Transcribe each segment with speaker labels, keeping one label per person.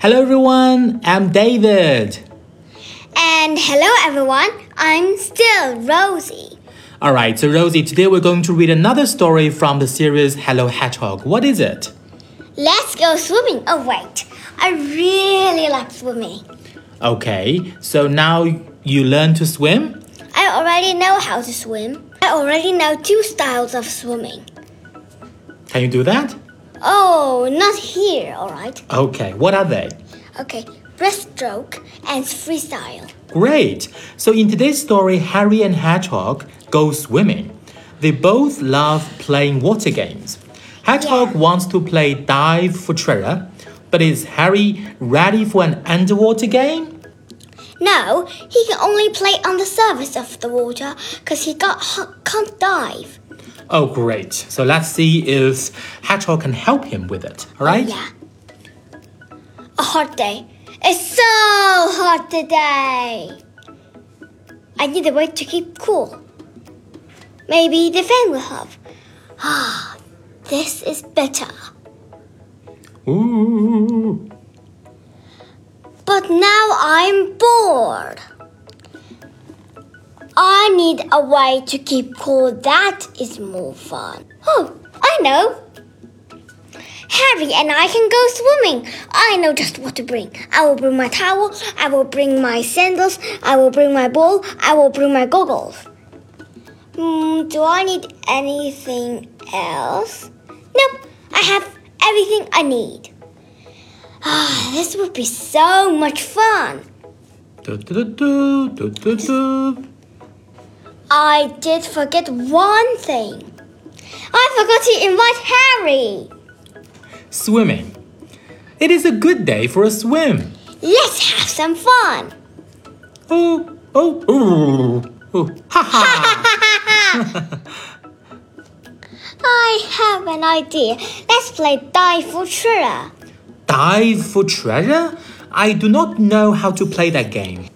Speaker 1: Hello everyone, I'm David.
Speaker 2: And hello everyone, I'm still Rosie.
Speaker 1: Alright, so Rosie, today we're going to read another story from the series Hello Hedgehog. What is it?
Speaker 2: Let's go swimming. Oh, wait. I really like swimming.
Speaker 1: Okay, so now you learn to swim?
Speaker 2: I already know how to swim. I already know two styles of swimming.
Speaker 1: Can you do that?
Speaker 2: Oh, not here, alright.
Speaker 1: Okay, what are they?
Speaker 2: Okay, breaststroke and freestyle.
Speaker 1: Great! So in today's story, Harry and Hedgehog go swimming. They both love playing water games. Hedgehog
Speaker 2: Yeah.
Speaker 1: wants to play dive for treasure, but is Harry ready for an underwater game?
Speaker 2: No, he can only play on the surface of the water because he got, can't dive.
Speaker 1: Oh, great. So let's see if Hedgehog can help him with it. All right?
Speaker 2: Yeah. A hot day. It's so hot today. I need a way to keep cool. Maybe the fan will help. Ah, this is better.
Speaker 1: Ooh.
Speaker 2: But now I'm bored. I need a way to keep cool. That is more fun. Oh, I know. Harry and I can go swimming. I know just what to bring. I will bring my towel. I will bring my sandals. I will bring my ball. I will bring my goggles. Hmm, do I need anything else? Nope, I have everything I need. Ah, this would be so much fun.
Speaker 1: Du, du, du, du, du, du.
Speaker 2: I did forget one thing. I forgot to invite Harry.
Speaker 1: Swimming. It is a good day for a swim.
Speaker 2: Let's have some fun.
Speaker 1: Ooh, oh, ooh, ooh. Ha ha.
Speaker 2: I have an idea. Let's play dive for treasure.
Speaker 1: Dive for treasure? I do not know how to play that game.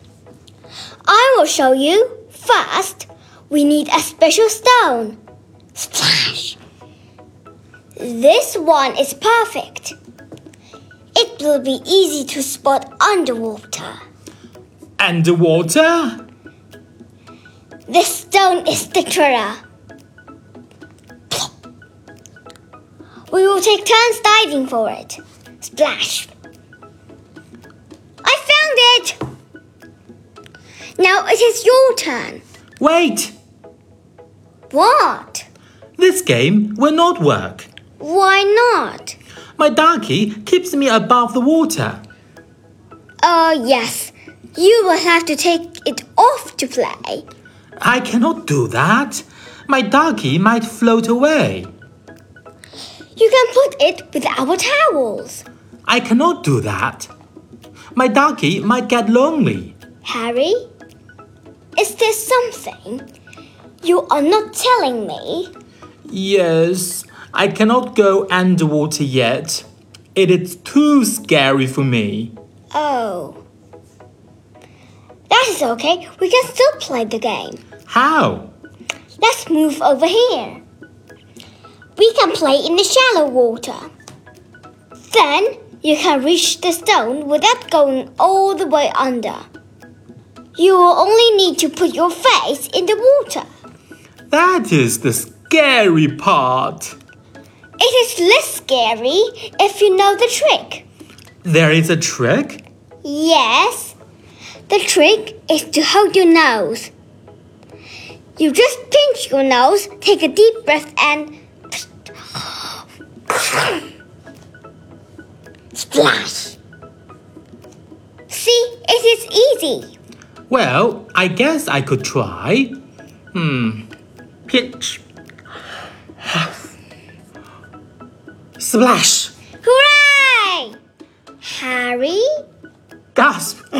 Speaker 2: I will show you. First, we need a special stone. Splash! This one is perfect. It will be easy to spot underwater.
Speaker 1: Underwater?
Speaker 2: This stone is the treasure. We will take turns diving for it. Splash. I found it! Now it is your turn.
Speaker 1: Wait!
Speaker 2: What?
Speaker 1: This game will not work.
Speaker 2: Why not?
Speaker 1: My darkie keeps me above the water.
Speaker 2: Uh, yes. You will have to take it off to play.
Speaker 1: I cannot do that. My darkie might float away.
Speaker 2: You can put it with our towels.
Speaker 1: I cannot do that. My darkie might get lonely.
Speaker 2: Harry, is there something you are not telling me?
Speaker 1: Yes, I cannot go underwater yet. It is too scary for me.
Speaker 2: Oh. That is okay. We can still play the game.
Speaker 1: How?
Speaker 2: Let's move over here. We can play in the shallow water. Then you can reach the stone without going all the way under. You will only need to put your face in the water.
Speaker 1: That is the scary part.
Speaker 2: It is less scary if you know the trick.
Speaker 1: There is a trick?
Speaker 2: Yes. The trick is to hold your nose. You just pinch your nose, take a deep breath, and. Splash! See, it is easy.
Speaker 1: Well, I guess I could try. Hmm. Pitch. Splash.
Speaker 2: Hooray! Harry,
Speaker 1: Gasp.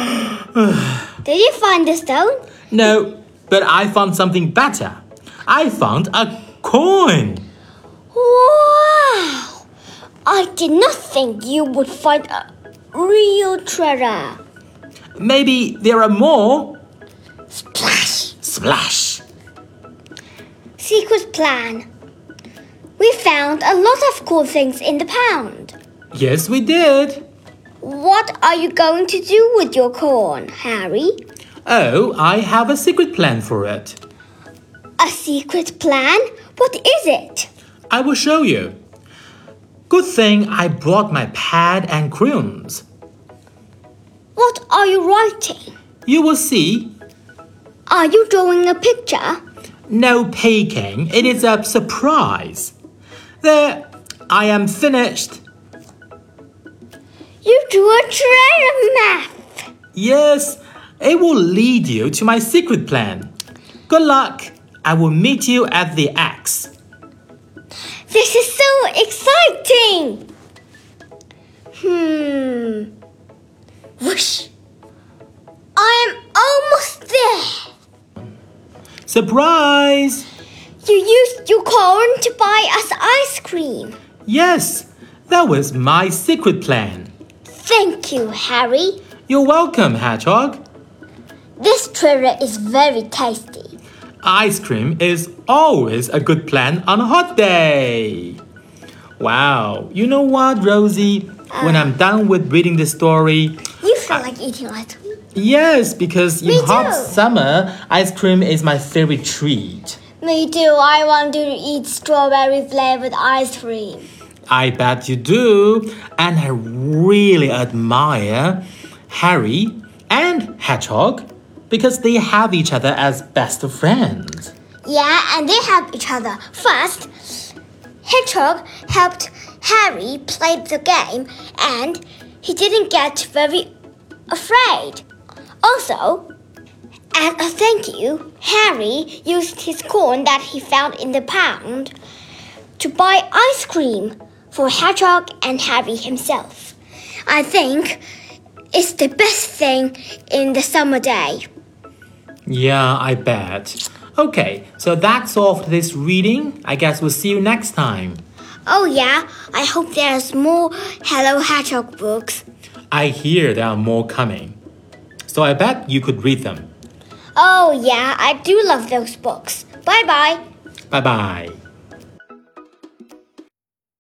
Speaker 2: did you find the stone?
Speaker 1: No, but I found something better. I found a coin.
Speaker 2: Wow! I did not think you would find a real treasure.
Speaker 1: Maybe there are more.
Speaker 2: Splash!
Speaker 1: Splash.
Speaker 2: Secret plan. We found a lot of cool things in the pound.
Speaker 1: Yes, we did.
Speaker 2: What are you going to do with your corn, Harry?
Speaker 1: Oh, I have a secret plan for it.
Speaker 2: A secret plan? What is it?
Speaker 1: I will show you. Good thing I brought my pad and crayons.
Speaker 2: What are you writing?
Speaker 1: You will see
Speaker 2: Are you drawing a picture?
Speaker 1: no peeking. It is a surprise. There, I am finished.
Speaker 2: You drew a treasure map.
Speaker 1: Yes, it will lead you to my secret plan. Good luck. I will meet you at the axe.
Speaker 2: This is so exciting. Hmm. Whoosh. I am almost there.
Speaker 1: Surprise!
Speaker 2: You used your corn to buy us ice cream.
Speaker 1: Yes, that was my secret plan.
Speaker 2: Thank you, Harry.
Speaker 1: You're welcome, Hedgehog.
Speaker 2: This treasure is very tasty.
Speaker 1: Ice cream is always a good plan on a hot day. Wow, you know what, Rosie? When I'm done with reading this story,
Speaker 2: You feel like eating ice cream?
Speaker 1: yes, because in
Speaker 2: Me
Speaker 1: hot
Speaker 2: too.
Speaker 1: summer, ice cream is my favorite treat.
Speaker 2: Me too. I want to eat strawberry flavored ice cream.
Speaker 1: I bet you do. And I really admire Harry and Hedgehog because they have each other as best of friends.
Speaker 2: Yeah, and they help each other. First, Hedgehog helped Harry play the game, and he didn't get very afraid. Also, as a thank you, Harry used his corn that he found in the pound to buy ice cream for Hedgehog and Harry himself. I think it's the best thing in the summer day.
Speaker 1: Yeah, I bet. Okay, so that's all for this reading. I guess we'll see you next time.
Speaker 2: Oh yeah, I hope there's more Hello Hedgehog books.
Speaker 1: I hear there are more coming. So I bet you could read them.
Speaker 2: Oh yeah, I do love those books. Bye bye.
Speaker 1: Bye bye.